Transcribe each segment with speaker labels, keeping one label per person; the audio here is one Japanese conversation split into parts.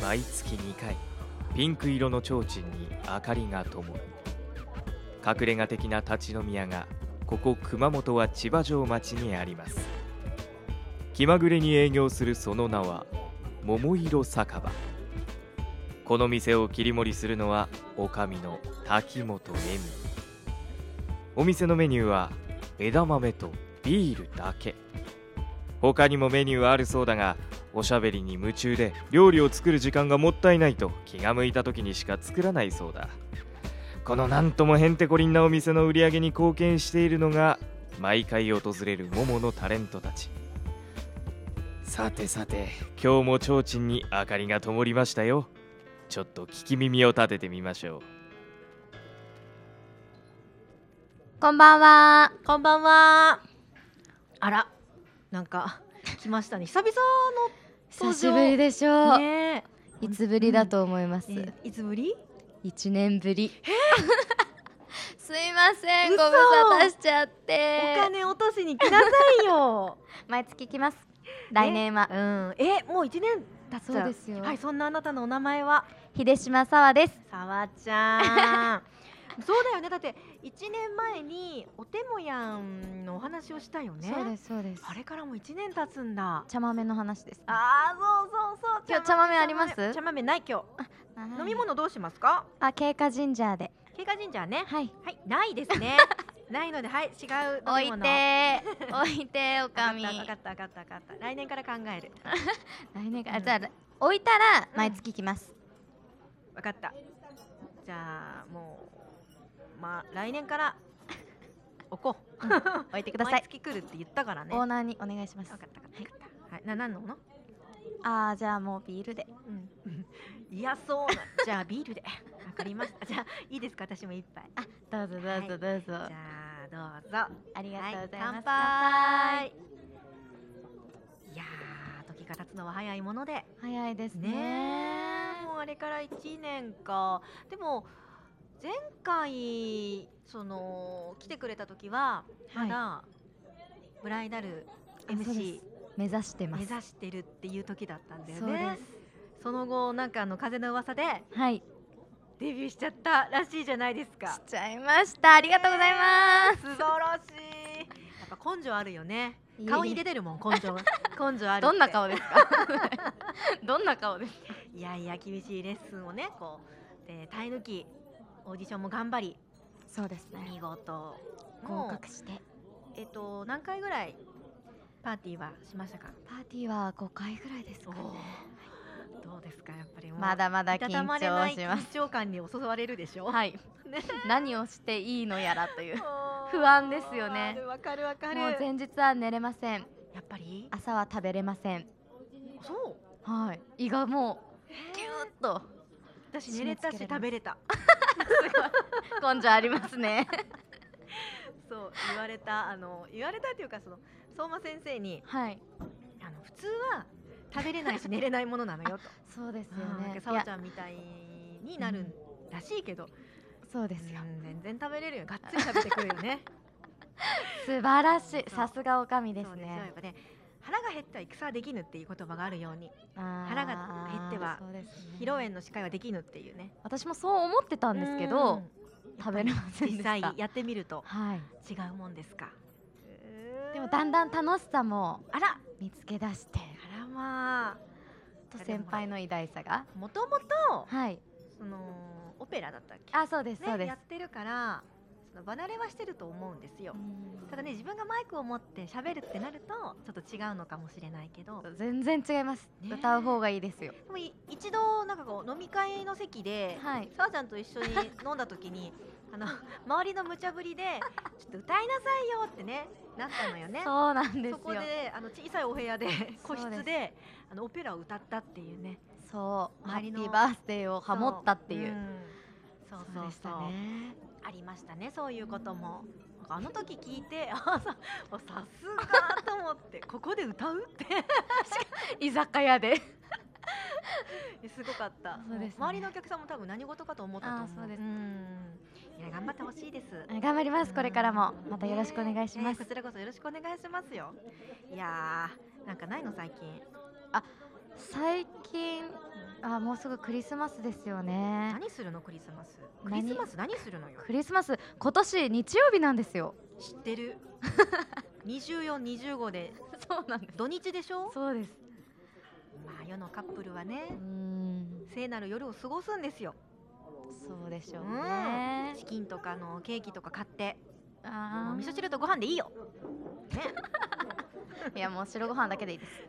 Speaker 1: 毎月2回ピンク色の提灯に明かりが灯る隠れ家的な立ち飲み屋がここ熊本は千葉城町にあります気まぐれに営業するその名は桃色酒場この店を切り盛りするのは女将の滝本恵美お店のメニューは枝豆とビールだけ他にもメニューはあるそうだがおしゃべりに夢中で料理を作る時間がもったいないと気が向いた時にしか作らないそうだこのなんともへんてこりんなお店の売り上げに貢献しているのが毎回訪れるモモのタレントたちさてさて今日も提灯に明かりが灯りましたよちょっと聞き耳を立ててみましょう
Speaker 2: こんばんは。
Speaker 3: こんばんは。あら、なんか来ましたね。久々
Speaker 2: 久しぶりでしょ
Speaker 3: の
Speaker 2: う。
Speaker 3: ね
Speaker 2: いつぶりだと思います。
Speaker 3: えいつぶり？
Speaker 2: 一年ぶり。 すいません、ご
Speaker 3: 嘘
Speaker 2: 無沙汰しちゃって
Speaker 3: お。金落としに来なさ いよ。
Speaker 2: 毎月来ます。来年は
Speaker 3: う。ん。え、もう一年経っちゃう。
Speaker 2: そうですよ
Speaker 3: はい、そんなあなたのお名前は
Speaker 2: 秀島沙和です。
Speaker 3: さわち ゃん。そうだよね。だって一年前におてもやんのお話をしたよね。
Speaker 2: そうです、そうです。
Speaker 3: あれからもう一年経つんだ。
Speaker 2: 茶豆の話です。
Speaker 3: ああ、そうそうそう。
Speaker 2: 今日茶豆あります
Speaker 3: 茶豆茶豆ない今
Speaker 2: ない
Speaker 3: 日。飲み物どうしますか？
Speaker 2: あ、経過神社で。
Speaker 3: 経過神社ね。
Speaker 2: はい。
Speaker 3: はい、ないで すね。ないので、はい、違う飲
Speaker 2: 置
Speaker 3: み
Speaker 2: い
Speaker 3: 物。
Speaker 2: て、置いて、お
Speaker 3: わか
Speaker 2: か
Speaker 3: っ
Speaker 2: み。
Speaker 3: た、わか
Speaker 2: 来
Speaker 3: った、わかった、わかった。来年から考える。
Speaker 2: 年か
Speaker 3: う
Speaker 2: ら、
Speaker 3: ん
Speaker 2: じゃあ、置いたら、毎月来ます。
Speaker 3: わかった。じゃあ、もう。まあ、来年から。置こう。
Speaker 2: 置いてくださ
Speaker 3: 毎
Speaker 2: い。
Speaker 3: 月来るって言ったからね。
Speaker 2: オー
Speaker 3: わか
Speaker 2: ナーにお願いします
Speaker 3: った、わ。かった、わかった。はい、な、なんのの。
Speaker 2: あー、じゃあ、もうビールで。
Speaker 3: うん。いや、そう な。じゃあ、ビールで。わかりました。じゃあ、いいですか、私も一杯。じ
Speaker 2: どうぞ、どうぞ、どうぞ。
Speaker 3: ゃあ、どうぞ。
Speaker 2: ありがとうございます。
Speaker 3: はい、乾杯いやー時が経つのは早いもので
Speaker 2: 早いですね
Speaker 3: ねえもうあれから1年かでも前回その来てくれた時は
Speaker 2: は
Speaker 3: ま
Speaker 2: い
Speaker 3: だ、ブライダル
Speaker 2: あそうで
Speaker 3: MC
Speaker 2: す目指してま
Speaker 3: 目
Speaker 2: す。
Speaker 3: 指してるっていう時だったんだよ
Speaker 2: そうで
Speaker 3: ねその後なんかあの風の噂で
Speaker 2: す。はい。し
Speaker 3: デビューしちゃったらしいじゃないですか
Speaker 2: ちゃいました。ありがとうございます。
Speaker 3: 素晴らしいやっぱ根性あるよね顔に出
Speaker 2: て
Speaker 3: てるもん根 性根性あるっ
Speaker 2: ど
Speaker 3: て
Speaker 2: んな顔です か。どんな顔ですか。
Speaker 3: いやいや厳しいレッスンをねこう、で耐え抜きオーディションも頑張り
Speaker 2: そうですね。
Speaker 3: 見事
Speaker 2: 合
Speaker 3: もう
Speaker 2: 格して。
Speaker 3: えっと何回ぐらいパーティーはしましたか
Speaker 2: パーティーは5回ぐらいですかね。
Speaker 3: どうですかやっぱりもう
Speaker 2: まだまだ
Speaker 3: いた
Speaker 2: 緊
Speaker 3: たまれな
Speaker 2: 張
Speaker 3: い
Speaker 2: します。
Speaker 3: 緊張感に襲われるでしょ、
Speaker 2: はい。
Speaker 3: ね
Speaker 2: 何をしていいのやらという。も
Speaker 3: もう
Speaker 2: 不安ですよね
Speaker 3: あるわかるわ
Speaker 2: う
Speaker 3: かる
Speaker 2: 前日は寝れません。
Speaker 3: やっぱり
Speaker 2: 朝は食べれません。
Speaker 3: そう
Speaker 2: はい。胃がもうギ
Speaker 3: へ
Speaker 2: ューッと
Speaker 3: ー私寝れた
Speaker 2: 締め
Speaker 3: し
Speaker 2: 付けられます
Speaker 3: 食べれた
Speaker 2: 根性ありますね。
Speaker 3: そう言われたあの言われたっていうかその相馬先生に
Speaker 2: はい。
Speaker 3: あの普通は食べれないし寝れないものなの よと
Speaker 2: そうですよ
Speaker 3: な
Speaker 2: ね
Speaker 3: んか。
Speaker 2: い
Speaker 3: さわ
Speaker 2: や
Speaker 3: ちゃんみたいになるんらしいけど、
Speaker 2: そうですよ。
Speaker 3: うん全然食べれるよがっつり食べてくるよね
Speaker 2: 素晴らしい
Speaker 3: そう
Speaker 2: さすがおかみで
Speaker 3: そ
Speaker 2: す
Speaker 3: うよや
Speaker 2: ね
Speaker 3: っぱね腹が減ったら戦はできぬっていう言葉があるように
Speaker 2: 腹
Speaker 3: 腹が減っては披露宴の司会はできぬっていうね
Speaker 2: 私もそう思ってたんですけ
Speaker 3: う
Speaker 2: ど
Speaker 3: ん
Speaker 2: 食べれませんで
Speaker 3: 実
Speaker 2: し
Speaker 3: 際
Speaker 2: た
Speaker 3: やってみると
Speaker 2: はい
Speaker 3: 違うもんですか
Speaker 2: でもだんだん楽しさも
Speaker 3: あら
Speaker 2: 見つけ出して
Speaker 3: あらまあ
Speaker 2: と先輩の偉大さが
Speaker 3: もともと
Speaker 2: はい
Speaker 3: そのオペラだったっけ
Speaker 2: あそうです
Speaker 3: ね
Speaker 2: そうです
Speaker 3: やってるからその離れはしてると思うんですよ、
Speaker 2: うん
Speaker 3: ただね自分がマイクを持って喋るってなるとちょっと違うのかもしれないけど
Speaker 2: 全然違います
Speaker 3: ね
Speaker 2: 歌う方がいいですよ
Speaker 3: でもい一度なんかこう飲み会の席で
Speaker 2: はい
Speaker 3: さわちゃんと一緒に飲んだ時 にあの周りの無茶ぶりでちょっと歌いなさいよってねなったのよね。
Speaker 2: そうなんです
Speaker 3: そこ
Speaker 2: よ
Speaker 3: であの小さいお部屋で個室
Speaker 2: そう
Speaker 3: であのオペラを歌ったっていうね
Speaker 2: そうハ
Speaker 3: 周り
Speaker 2: ッ
Speaker 3: の
Speaker 2: ピーバースデーをハモったっていうん
Speaker 3: そうそ
Speaker 2: で
Speaker 3: うそう
Speaker 2: したね
Speaker 3: ありましたねそういうこともなんかあの時聞いて あささすがと思ってここで歌うって
Speaker 2: 居酒屋で
Speaker 3: えすごかった。
Speaker 2: そうですね
Speaker 3: 周りのお客さんも多分何事かと思ったと思う。
Speaker 2: あーそうです
Speaker 3: んいや頑張ってほしいです。
Speaker 2: 頑張りますこれからもまたよろしくお願いしま
Speaker 3: ね
Speaker 2: す
Speaker 3: こちらこそよろしくお願いしますよ。いやーなんかないの最近。
Speaker 2: 最近ああもうすぐクリスマスですよね
Speaker 3: 何するのクリスマスク
Speaker 2: 何
Speaker 3: リスマス何するのよ
Speaker 2: クリスマス今年日曜日なんですよ
Speaker 3: 知って る2425で
Speaker 2: そうなんです
Speaker 3: 土日でしょ
Speaker 2: そうです
Speaker 3: まあ世のカップルは
Speaker 2: うー
Speaker 3: ね
Speaker 2: ん
Speaker 3: 聖なる夜を過ごすんですよ、
Speaker 2: そうでしょう
Speaker 3: うん
Speaker 2: ね、
Speaker 3: チキンとかのケーキとか買って
Speaker 2: あ
Speaker 3: もう
Speaker 2: ー
Speaker 3: 味噌汁とご飯でいいよね
Speaker 2: いやもう白ご飯だけでいいです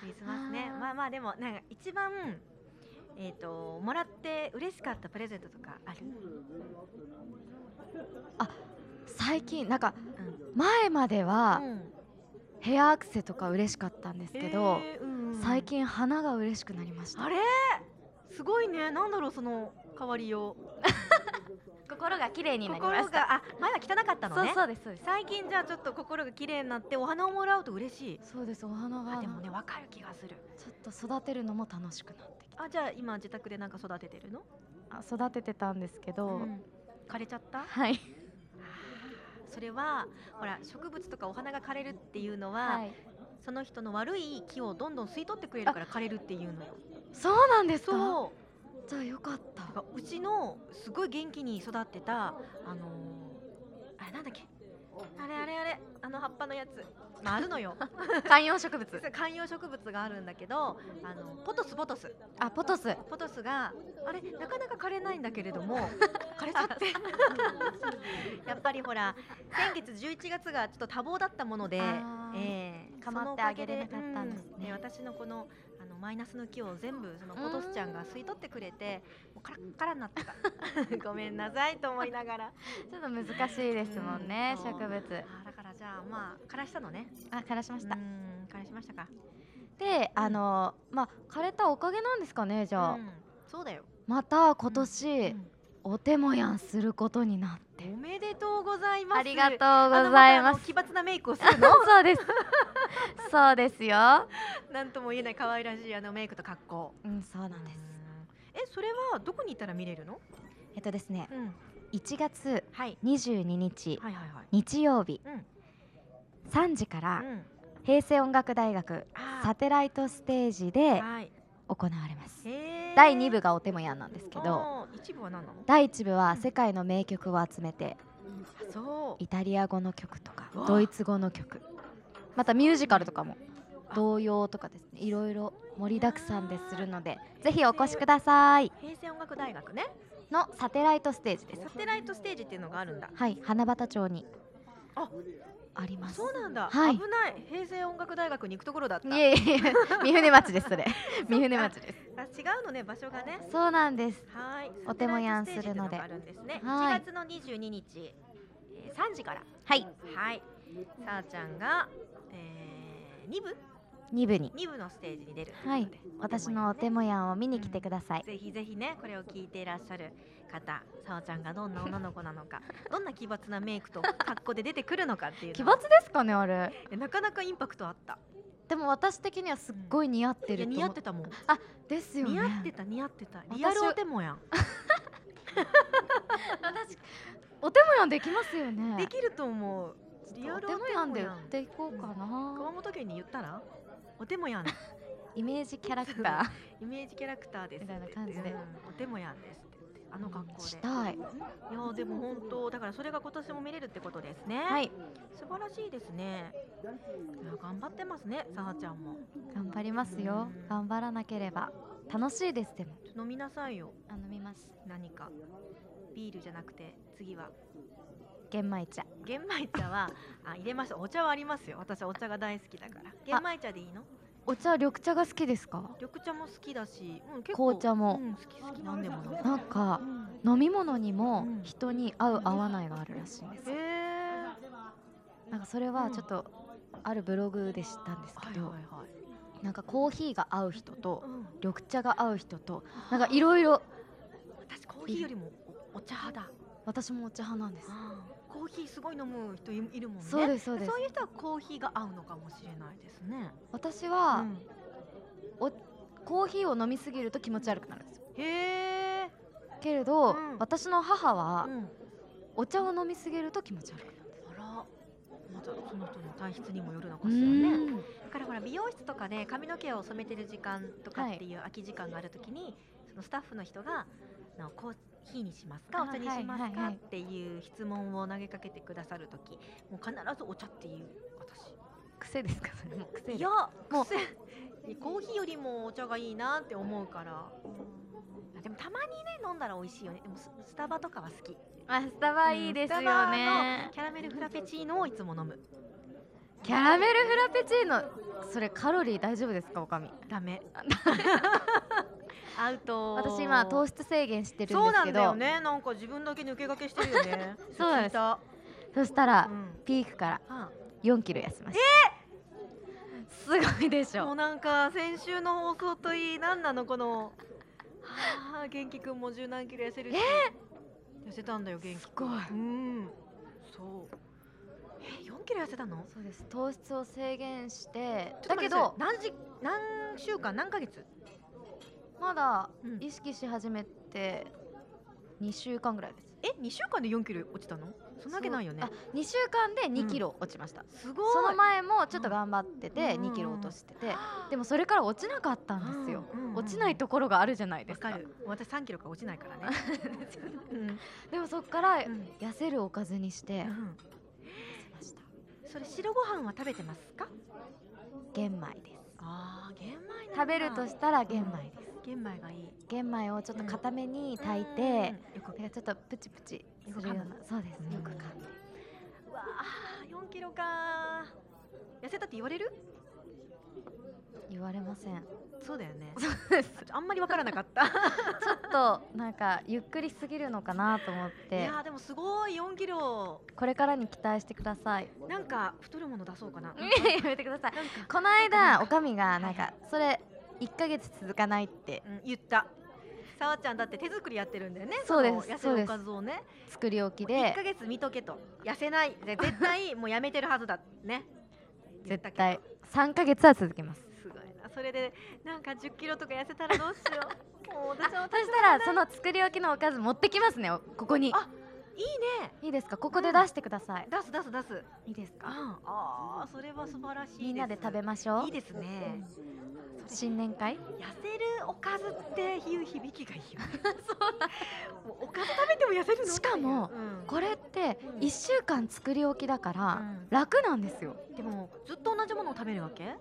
Speaker 3: クリスマスね
Speaker 2: あー
Speaker 3: まあまあでもなんか一番えっ、ともらって嬉しかったプレゼントとかある、
Speaker 2: 最近なんか
Speaker 3: うん
Speaker 2: 前までは
Speaker 3: うん
Speaker 2: ヘアアクセとか嬉しかったんですけど、
Speaker 3: えーうんうん
Speaker 2: 最近花が嬉しくなりました
Speaker 3: あれすごいねなんだろうその変わりよう
Speaker 2: 心が綺麗に
Speaker 3: 心があ前は汚かったのね
Speaker 2: そうそうですそうです
Speaker 3: 最近じゃあちょっと心が綺麗になってお花をもらうと嬉しい
Speaker 2: そうですお花が
Speaker 3: あでも
Speaker 2: なん
Speaker 3: ね
Speaker 2: か
Speaker 3: わかる気がする
Speaker 2: ちょっと育てるのも楽しくなってき
Speaker 3: あじゃあ今自宅でなんか育ててるの
Speaker 2: たあ育ててたんですけど、
Speaker 3: うん枯れちゃった
Speaker 2: はい
Speaker 3: それはほら植物とかお花が枯れるっていうのは、
Speaker 2: はい
Speaker 3: その人の悪い気をどんどん吸い取ってくれるから枯れるっていうのよ
Speaker 2: そうなんですか
Speaker 3: そう
Speaker 2: じゃあよかった
Speaker 3: だからうちのすごい元気に育ってたあのーあれなんだっけあれあれあれあの葉っぱのやつ、まあ、あるのよ
Speaker 2: 観葉植物
Speaker 3: 観葉植物があるんだけどあのポトスポトス
Speaker 2: あポトス
Speaker 3: ポトスがあれなかなか枯れないんだけれ ども枯れちゃってやっぱりほら先月11月がちょっと多忙だったもので
Speaker 2: あー
Speaker 3: ええ
Speaker 2: 構ってあげれなかったんですね
Speaker 3: そのおかげうん私のこのあのマイナスの気を全部そのポトスちゃんが吸い取ってくれてもうカラッカラになってた ごめんなさいと思いながら
Speaker 2: ちょっと難しいですもんね、
Speaker 3: うん
Speaker 2: 植物
Speaker 3: あーだからじゃあまあ枯らしたのね
Speaker 2: あ枯らしました、
Speaker 3: うん枯らしましたか
Speaker 2: であのまあ枯れたおかげなんですかねじゃあ、
Speaker 3: うんそうだよ、
Speaker 2: また今年、
Speaker 3: うん
Speaker 2: お手もやんすることになって
Speaker 3: おめでとうございます
Speaker 2: ありがとう
Speaker 3: う
Speaker 2: ございます
Speaker 3: 奇抜なメイクをするの
Speaker 2: そうですそうですよ、
Speaker 3: なんとも言えない可愛らしいあのメイクと格好
Speaker 2: うん、そうなん
Speaker 3: で
Speaker 2: です
Speaker 3: すえそれはどこに行ったら見れるの、
Speaker 2: えっとですね
Speaker 3: うん、
Speaker 2: 1月
Speaker 3: はい
Speaker 2: 22日、
Speaker 3: はいはいはい
Speaker 2: 日曜日、
Speaker 3: うん
Speaker 2: 3時から
Speaker 3: うん
Speaker 2: 平成音楽大学
Speaker 3: あー
Speaker 2: サテライトステージで
Speaker 3: はい
Speaker 2: 行われます
Speaker 3: へー
Speaker 2: 第2部がお手もやんなんですけど
Speaker 3: あー一部は何なの
Speaker 2: 第1部は世界の名曲を集めて
Speaker 3: あそう
Speaker 2: イタリア語の曲とか
Speaker 3: うわ
Speaker 2: ドイツ語の曲またミュージカルとかも童謡とかですねいろいろ盛りだくさんでするのでぜひお越しください
Speaker 3: 平成音楽大学ね
Speaker 2: のサテライトステージです
Speaker 3: サテライトステージっていうのがあるんだ
Speaker 2: はい花畑町に
Speaker 3: あ
Speaker 2: あり
Speaker 3: あ
Speaker 2: ます
Speaker 3: そうなんだ、
Speaker 2: はい
Speaker 3: 危ない平成音楽大学に行くところだった
Speaker 2: いえいえ三船町です それ三船町です
Speaker 3: あ違うのね場所がね
Speaker 2: そうなんです
Speaker 3: はい
Speaker 2: お手もやんするので
Speaker 3: サテライトステージっていうがあるんですね
Speaker 2: はい
Speaker 3: 1月の22日、えー、3時から
Speaker 2: はい
Speaker 3: はい、さあちゃんが、えー、2部
Speaker 2: 2部に
Speaker 3: 二部のステージに出ると
Speaker 2: は
Speaker 3: いう
Speaker 2: い
Speaker 3: ことで、
Speaker 2: 私のお手
Speaker 3: ね
Speaker 2: もやんを見に来てください
Speaker 3: ぜひぜひねこれを聞いていらっしゃる方さおちゃんがどんな女の子なのか どんな奇抜なメイクと格好で出てくるのかっていう
Speaker 2: 奇
Speaker 3: のは
Speaker 2: 抜ですかねあれ
Speaker 3: えなかなかインパクトあった
Speaker 2: でも私的にはすっごい似合って
Speaker 3: いや
Speaker 2: ると
Speaker 3: 似
Speaker 2: 思
Speaker 3: 合
Speaker 2: う
Speaker 3: ってたもん
Speaker 2: ですよね
Speaker 3: 似合ってた似合ってたリアル
Speaker 2: 私
Speaker 3: お手もやん
Speaker 2: 私お手もやんできますよね
Speaker 3: できると思うリアルお
Speaker 2: お手
Speaker 3: 手
Speaker 2: も
Speaker 3: も
Speaker 2: や
Speaker 3: や
Speaker 2: んで
Speaker 3: ん
Speaker 2: 売っていこうか
Speaker 3: 熊
Speaker 2: な
Speaker 3: 本県に言ったらお手 もやん
Speaker 2: イメージキャラクタ
Speaker 3: イメージキャラクターです
Speaker 2: みたいな感じで
Speaker 3: うんお手もやんですって言ってあ
Speaker 2: ー
Speaker 3: の格好で
Speaker 2: したい
Speaker 3: いやーでも本当だからそれが今年も見れるってことですね。
Speaker 2: はい
Speaker 3: 素晴らしいですね。いや頑張ってますね、さあちゃんも。
Speaker 2: 頑張りますよ
Speaker 3: うん
Speaker 2: 頑張らなければ楽しいですでも
Speaker 3: ちょっと飲みなさいよ、
Speaker 2: あ飲みます
Speaker 3: 何か。ビールじゃなくて次は
Speaker 2: 玄米茶
Speaker 3: 玄米茶はあ入れましたお茶はありますよ私はお茶が大好きだから玄米茶でいいの
Speaker 2: お茶緑茶が好きですか
Speaker 3: 緑茶も好きだし、うん、結
Speaker 2: 紅茶も
Speaker 3: うん、好き好きなんでもない
Speaker 2: なんか
Speaker 3: うん
Speaker 2: 飲み物にも
Speaker 3: うん
Speaker 2: 人に合う合わないがあるらしいんです
Speaker 3: へ
Speaker 2: よ
Speaker 3: え
Speaker 2: なんかそれはちょっとあるブログで知ったんです
Speaker 3: は
Speaker 2: け
Speaker 3: いは
Speaker 2: ど
Speaker 3: いはい、
Speaker 2: なんかコーヒーが合う人と
Speaker 3: うん、
Speaker 2: 緑茶が合う人となんかいろいろ
Speaker 3: 私コーヒーよりもおお茶派だ
Speaker 2: 私もお茶派なんです
Speaker 3: あーコーヒーすごい飲む人いいるもんね
Speaker 2: そうですそうです
Speaker 3: そういう人はコーヒーが合うのかもしれないですね。
Speaker 2: 私は、
Speaker 3: うん
Speaker 2: コーヒーを飲みすぎると気持ち悪くなるんですよ
Speaker 3: へえ。
Speaker 2: けれど、
Speaker 3: うん
Speaker 2: 私の母は
Speaker 3: うん。
Speaker 2: お茶を飲みすぎると気持ち悪い
Speaker 3: あら。ちょっとその人の体質にもよるのか
Speaker 2: う
Speaker 3: しらね。
Speaker 2: ん
Speaker 3: だからほら美容室とかで髪の毛を染めてる時間とかっていう空き時間があるときに、そのスタッフの人があのコーヒーにしますか
Speaker 2: あ
Speaker 3: お茶にします
Speaker 2: はいはい
Speaker 3: か
Speaker 2: はい
Speaker 3: っていう質問を投げかけてくださるときもう必ずお茶っていう私
Speaker 2: 癖ですかそれも癖
Speaker 3: いやもうコーヒーよりもお茶がいいなって思うからあでもたまにね飲んだら美味しいよねでもススタバとかは好き
Speaker 2: あスタバいいです
Speaker 3: スタ
Speaker 2: よ
Speaker 3: バ
Speaker 2: ね
Speaker 3: のキャラメルフラペチーノをいつも飲む
Speaker 2: キャラメルフラペチーノそれカロリー大丈夫ですかおかみ
Speaker 3: ダメ アウト
Speaker 2: 私今糖質制限してるん
Speaker 3: そう
Speaker 2: です
Speaker 3: な
Speaker 2: け
Speaker 3: ん
Speaker 2: ど
Speaker 3: だよねなんか自分だけ抜け駆けしてるよね
Speaker 2: そうなんです
Speaker 3: 聞いた
Speaker 2: そした
Speaker 3: う
Speaker 2: ら
Speaker 3: ん
Speaker 2: ピークから
Speaker 3: あ
Speaker 2: 4キロ痩せましたえすごいでし
Speaker 3: も
Speaker 2: ょ
Speaker 3: うなんか先週の放送といい何なのこのはあ元気くんも十何キロ痩せるし、痩せたんだよ元気くん
Speaker 2: す
Speaker 3: うんそうえ4キロ痩せたの
Speaker 2: そうです糖質を制限して
Speaker 3: ちょ
Speaker 2: だ
Speaker 3: っと待
Speaker 2: け
Speaker 3: って
Speaker 2: ど
Speaker 3: それ何時何週間何ヶ月、
Speaker 2: まだ
Speaker 3: うん
Speaker 2: 意識し始めて2週間ぐらいです
Speaker 3: え2週間で4キロ落ちたのそんなわけないよね
Speaker 2: あ2週間で2キロ落ちました、
Speaker 3: すごい
Speaker 2: その前もちょっと頑張ってて
Speaker 3: う
Speaker 2: 2
Speaker 3: ん
Speaker 2: キロ落としてて、でもそれから落ちなかったんですよ、
Speaker 3: うんうんうん
Speaker 2: 落ちないところがあるじゃないで
Speaker 3: わ
Speaker 2: すか
Speaker 3: かる私3キロから落ちないからね、 うん
Speaker 2: でもそっから
Speaker 3: うん
Speaker 2: 痩せるおかずにして
Speaker 3: うん
Speaker 2: 痩せました
Speaker 3: それ白ご飯は食べてますか
Speaker 2: 玄米です
Speaker 3: あー玄米なんだ
Speaker 2: 食べるとしたら玄米です
Speaker 3: 玄米がいい
Speaker 2: 玄米をちょっと固めに炊いて、
Speaker 3: うんよく
Speaker 2: なんかちょっとプチプチするような
Speaker 3: よく噛
Speaker 2: そうです
Speaker 3: うん
Speaker 2: よく噛んで
Speaker 3: うわあ4キロかー痩せたって言われる
Speaker 2: 言われません
Speaker 3: そうだよね
Speaker 2: そうです
Speaker 3: あんまりわからなかっ た
Speaker 2: ちょっとなんかゆっくりすぎるのかなと思っ
Speaker 3: い
Speaker 2: て
Speaker 3: やーでもすごい4キロ
Speaker 2: これからに期待してください
Speaker 3: なんか太るもの出そうかななんか
Speaker 2: やめてくださいこの間おかみがなん
Speaker 3: は
Speaker 2: かそれ1ヶ月続かないって
Speaker 3: うん言ったさわちゃんだって手作りやってるんだよね
Speaker 2: そうです
Speaker 3: の痩せるおかずをね
Speaker 2: 作り置き
Speaker 3: 1
Speaker 2: で
Speaker 3: ヶ月見とけと痩せないで絶対もうやめてるはずだね言った
Speaker 2: 絶
Speaker 3: けど
Speaker 2: 対3ヶ月は続きます
Speaker 3: すごいなそれでなんか1 0キロとか痩せたらどうしよ うもう
Speaker 2: あそし
Speaker 3: 私は私
Speaker 2: たらその作り置きのおかず持ってきますねおここに
Speaker 3: あいいね
Speaker 2: いいですかここで出してください
Speaker 3: 出す出す出す
Speaker 2: いいですか
Speaker 3: ああーそれは素晴らしいです
Speaker 2: みんなで食べましょう
Speaker 3: いいですねそれ
Speaker 2: 新年会
Speaker 3: 痩せるおかずっていう響きがいいよね そうおかず食べても痩せるの
Speaker 2: しかも
Speaker 3: っていううん
Speaker 2: これって
Speaker 3: うん
Speaker 2: 1週間作り置きだから
Speaker 3: うん
Speaker 2: 楽なんですよ
Speaker 3: でもずっと同じものを食べるわけ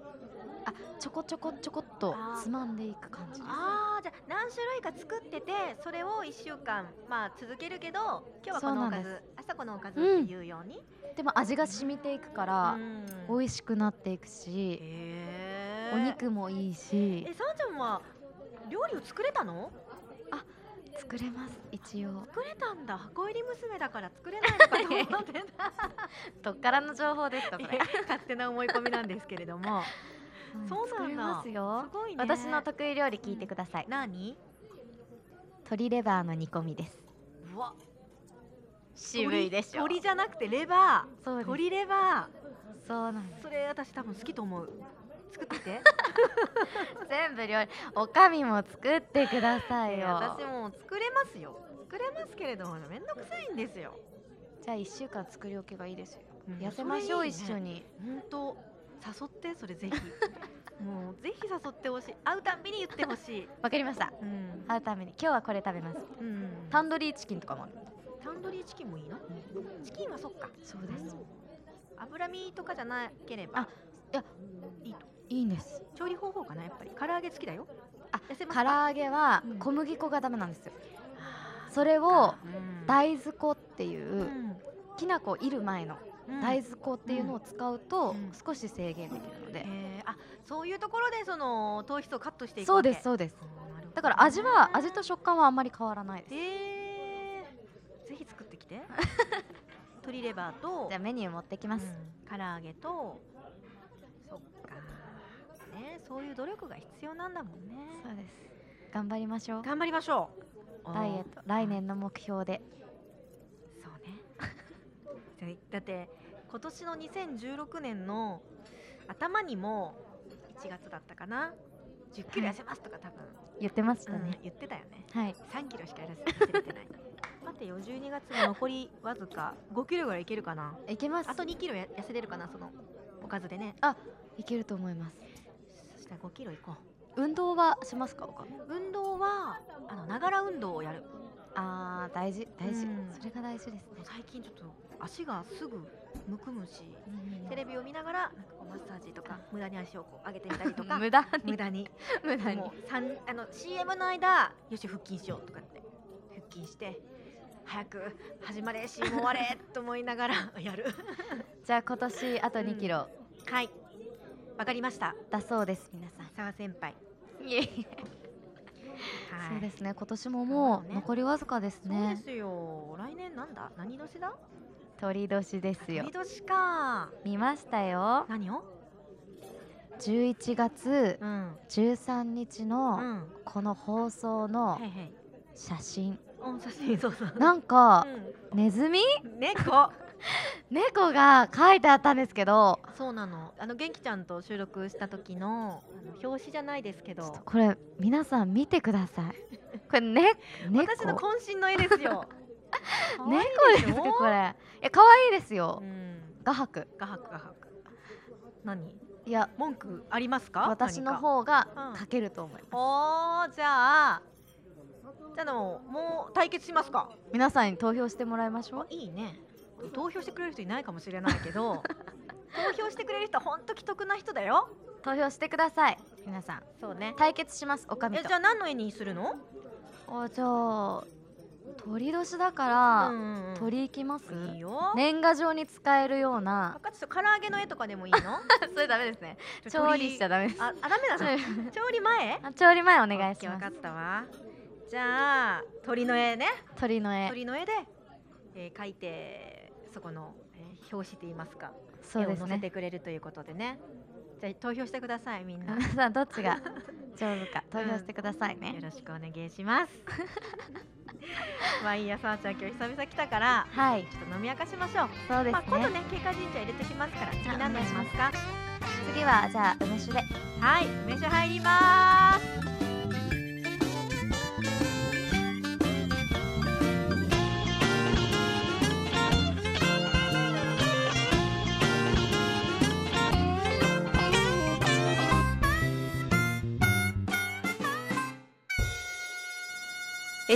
Speaker 2: あちょこちょこちょこっと
Speaker 3: あー
Speaker 2: つまんでいく感じです
Speaker 3: ああじゃあ何種類か作っててそれを1週間まあ続けるけど今日はこのおか
Speaker 2: そう
Speaker 3: ず明日このおかずっていうように、
Speaker 2: でも味が染みていくから
Speaker 3: うん
Speaker 2: 美味しくなっていくし
Speaker 3: へー
Speaker 2: お肉もいいし
Speaker 3: えさあちゃんは料理を作れたの
Speaker 2: 作れます一応
Speaker 3: 作れたんだ箱入り娘だから作れないのかと思って た
Speaker 2: どっからの情報ですかこれ
Speaker 3: 勝手な思い込みなんですけれどもそうなんだ
Speaker 2: 作れますよ
Speaker 3: すごいね
Speaker 2: 私の得意料理聞いてください
Speaker 3: 何
Speaker 2: 鶏レバーの煮込みです
Speaker 3: うわ
Speaker 2: 渋いでしょ
Speaker 3: 鳥じゃなくてレバ
Speaker 2: そう
Speaker 3: ー
Speaker 2: です
Speaker 3: 鳥レバ
Speaker 2: そうなんです
Speaker 3: ーそれ私多分好きと思う作って て
Speaker 2: 全部料理おかみも作ってください
Speaker 3: えー
Speaker 2: よ
Speaker 3: 私も作れますよ作れますけれどもめんどくさいんですよ
Speaker 2: じゃあ1週間作り置きがいいですよ
Speaker 3: うん
Speaker 2: 痩せましょ
Speaker 3: そうれいい
Speaker 2: 一
Speaker 3: ね
Speaker 2: 緒に
Speaker 3: 本当誘ってそれぜひもうぜひ誘ってほしい会うたんびに言ってほしい、
Speaker 2: わかりました
Speaker 3: うん
Speaker 2: 会うために今日はこれ食べます
Speaker 3: うん、
Speaker 2: タンドリーチキンとかもある
Speaker 3: タンドリーチキンもいいのチキンはそっか
Speaker 2: そう
Speaker 3: 脂身とかじゃなけれ
Speaker 2: あ
Speaker 3: ば
Speaker 2: いいんです
Speaker 3: 調理方法かなやっぱり唐揚げ好きだよ
Speaker 2: あ
Speaker 3: 痩せます
Speaker 2: 唐
Speaker 3: か
Speaker 2: 揚げは
Speaker 3: うん
Speaker 2: 小麦粉がダメなんですよ
Speaker 3: あー
Speaker 2: それを
Speaker 3: うん
Speaker 2: 大豆粉っていううんきな粉をいる前の
Speaker 3: うん
Speaker 2: 大豆粉っていうのを使うと
Speaker 3: うん
Speaker 2: 少し制限できるので
Speaker 3: えーあそういうところでその糖質をカットしていく
Speaker 2: そう
Speaker 3: わけ
Speaker 2: ですそうです
Speaker 3: あーなるほどね
Speaker 2: だから味は味と食感はあんまり変わらないです
Speaker 3: えー、ぜひ作って きて鶏レバーと
Speaker 2: じゃあメニュー持ってきます
Speaker 3: うん、唐揚げとそっかねそういう努力が必要なんだもんね
Speaker 2: そうです頑張りましょう
Speaker 3: 頑張りましょう
Speaker 2: ダイエット来年の目標で
Speaker 3: そうね じゃあだって今年の2016年の頭にも1月だったかな1 0キロ痩せますとか多分、
Speaker 2: 言ってました
Speaker 3: うん
Speaker 2: ね
Speaker 3: 言ってたよね
Speaker 2: はい
Speaker 3: 3キロしか痩せてない待っててよ12月も残りわずか5キロぐらいいけるかない
Speaker 2: けます
Speaker 3: あと2キロや痩せれるかなそのおかずでね
Speaker 2: いけると思います
Speaker 3: そしたら5キロいこ
Speaker 2: 運動はしますかおか
Speaker 3: う運動はあのながら運動をやる
Speaker 2: あー大事大事、
Speaker 3: うん
Speaker 2: それが大事ですね、
Speaker 3: 最近ちょっと足がすぐむくむしテレビを見ながらなんかこうマッサージとか無駄に足をこう上げてみたりと か
Speaker 2: 無駄に
Speaker 3: 無駄に
Speaker 2: 無駄に
Speaker 3: もうさんあの CM の間よし腹筋しようとかって腹筋して早く始まれ CM 終われと思いながら やる
Speaker 2: じゃあ今年あと2キロ
Speaker 3: はいわかりました
Speaker 2: だそうです、皆さ
Speaker 3: 澤先輩
Speaker 2: んいえいえ
Speaker 3: は
Speaker 2: そう
Speaker 3: い
Speaker 2: ですね今年もも
Speaker 3: そう
Speaker 2: う
Speaker 3: ね
Speaker 2: 残りわずかです
Speaker 3: そう
Speaker 2: ね
Speaker 3: ですよ来年なんだ何年だ
Speaker 2: 鳥年ですよ
Speaker 3: 鳥年か
Speaker 2: 見ましたよ
Speaker 3: 何を
Speaker 2: 11月
Speaker 3: うん
Speaker 2: 13日
Speaker 3: うん
Speaker 2: の
Speaker 3: は
Speaker 2: この放送の
Speaker 3: いはい
Speaker 2: 写真
Speaker 3: お写真そうそう
Speaker 2: なんか
Speaker 3: う
Speaker 2: ネズミ
Speaker 3: ん猫
Speaker 2: 猫が書いてあったんですけど
Speaker 3: そうなのあの元気ちゃんと収録した時のあの表紙じゃないですけ
Speaker 2: ちょっ
Speaker 3: ど
Speaker 2: とこれ皆さん見てくださ いこれね猫
Speaker 3: 私の渾身の絵ですよ可愛い
Speaker 2: 猫です
Speaker 3: しょ
Speaker 2: かこれいや可愛いですよ
Speaker 3: うん
Speaker 2: 画伯
Speaker 3: 画伯画伯何
Speaker 2: いや
Speaker 3: 文句ありますか
Speaker 2: 私の
Speaker 3: 何か
Speaker 2: 方が
Speaker 3: うん
Speaker 2: 書けると思います、
Speaker 3: おーじゃあじゃあでももう対決しますか
Speaker 2: 皆さんに投票してもらいましょ
Speaker 3: あ
Speaker 2: う
Speaker 3: いいね投票してくれる人いないかもしれない けど投票してくれる人はほんと奇特な人だよ
Speaker 2: 投票してください皆さん
Speaker 3: そうね
Speaker 2: 対決しますおかみ
Speaker 3: え
Speaker 2: と
Speaker 3: じゃあ何の絵にするの
Speaker 2: おじゃあ鳥年だから、
Speaker 3: うんうん
Speaker 2: 鳥行きます
Speaker 3: いいよ、
Speaker 2: 年賀状に使えるような
Speaker 3: あかつ唐揚げの絵とかで もいいの
Speaker 2: それダメですね調理しちゃ
Speaker 3: だ
Speaker 2: ダメです
Speaker 3: ああダメなの調理前
Speaker 2: あ調理前お願いし
Speaker 3: オッケーわ
Speaker 2: ます
Speaker 3: かったわじゃあ鳥の絵ね
Speaker 2: 鳥の絵
Speaker 3: 鳥の絵で、えー、描いてそこの、えー表紙といいますか
Speaker 2: そうで
Speaker 3: 絵
Speaker 2: す
Speaker 3: を載せ
Speaker 2: ね
Speaker 3: てくれるということでねじゃあ投票してくださいみんなよ
Speaker 2: 皆 さんどっち が上手か投票してくださいね、
Speaker 3: ろしくお願い しますまあいいやさわちゃん今日久々来たから
Speaker 2: はい
Speaker 3: ちょっと飲み明かしましょう、
Speaker 2: そうです
Speaker 3: まあ、
Speaker 2: ね,、
Speaker 3: 今度ね経過神社入れてきますから次何にしますか
Speaker 2: 次はじゃあ梅酒で
Speaker 3: はい名所入ります
Speaker 4: ー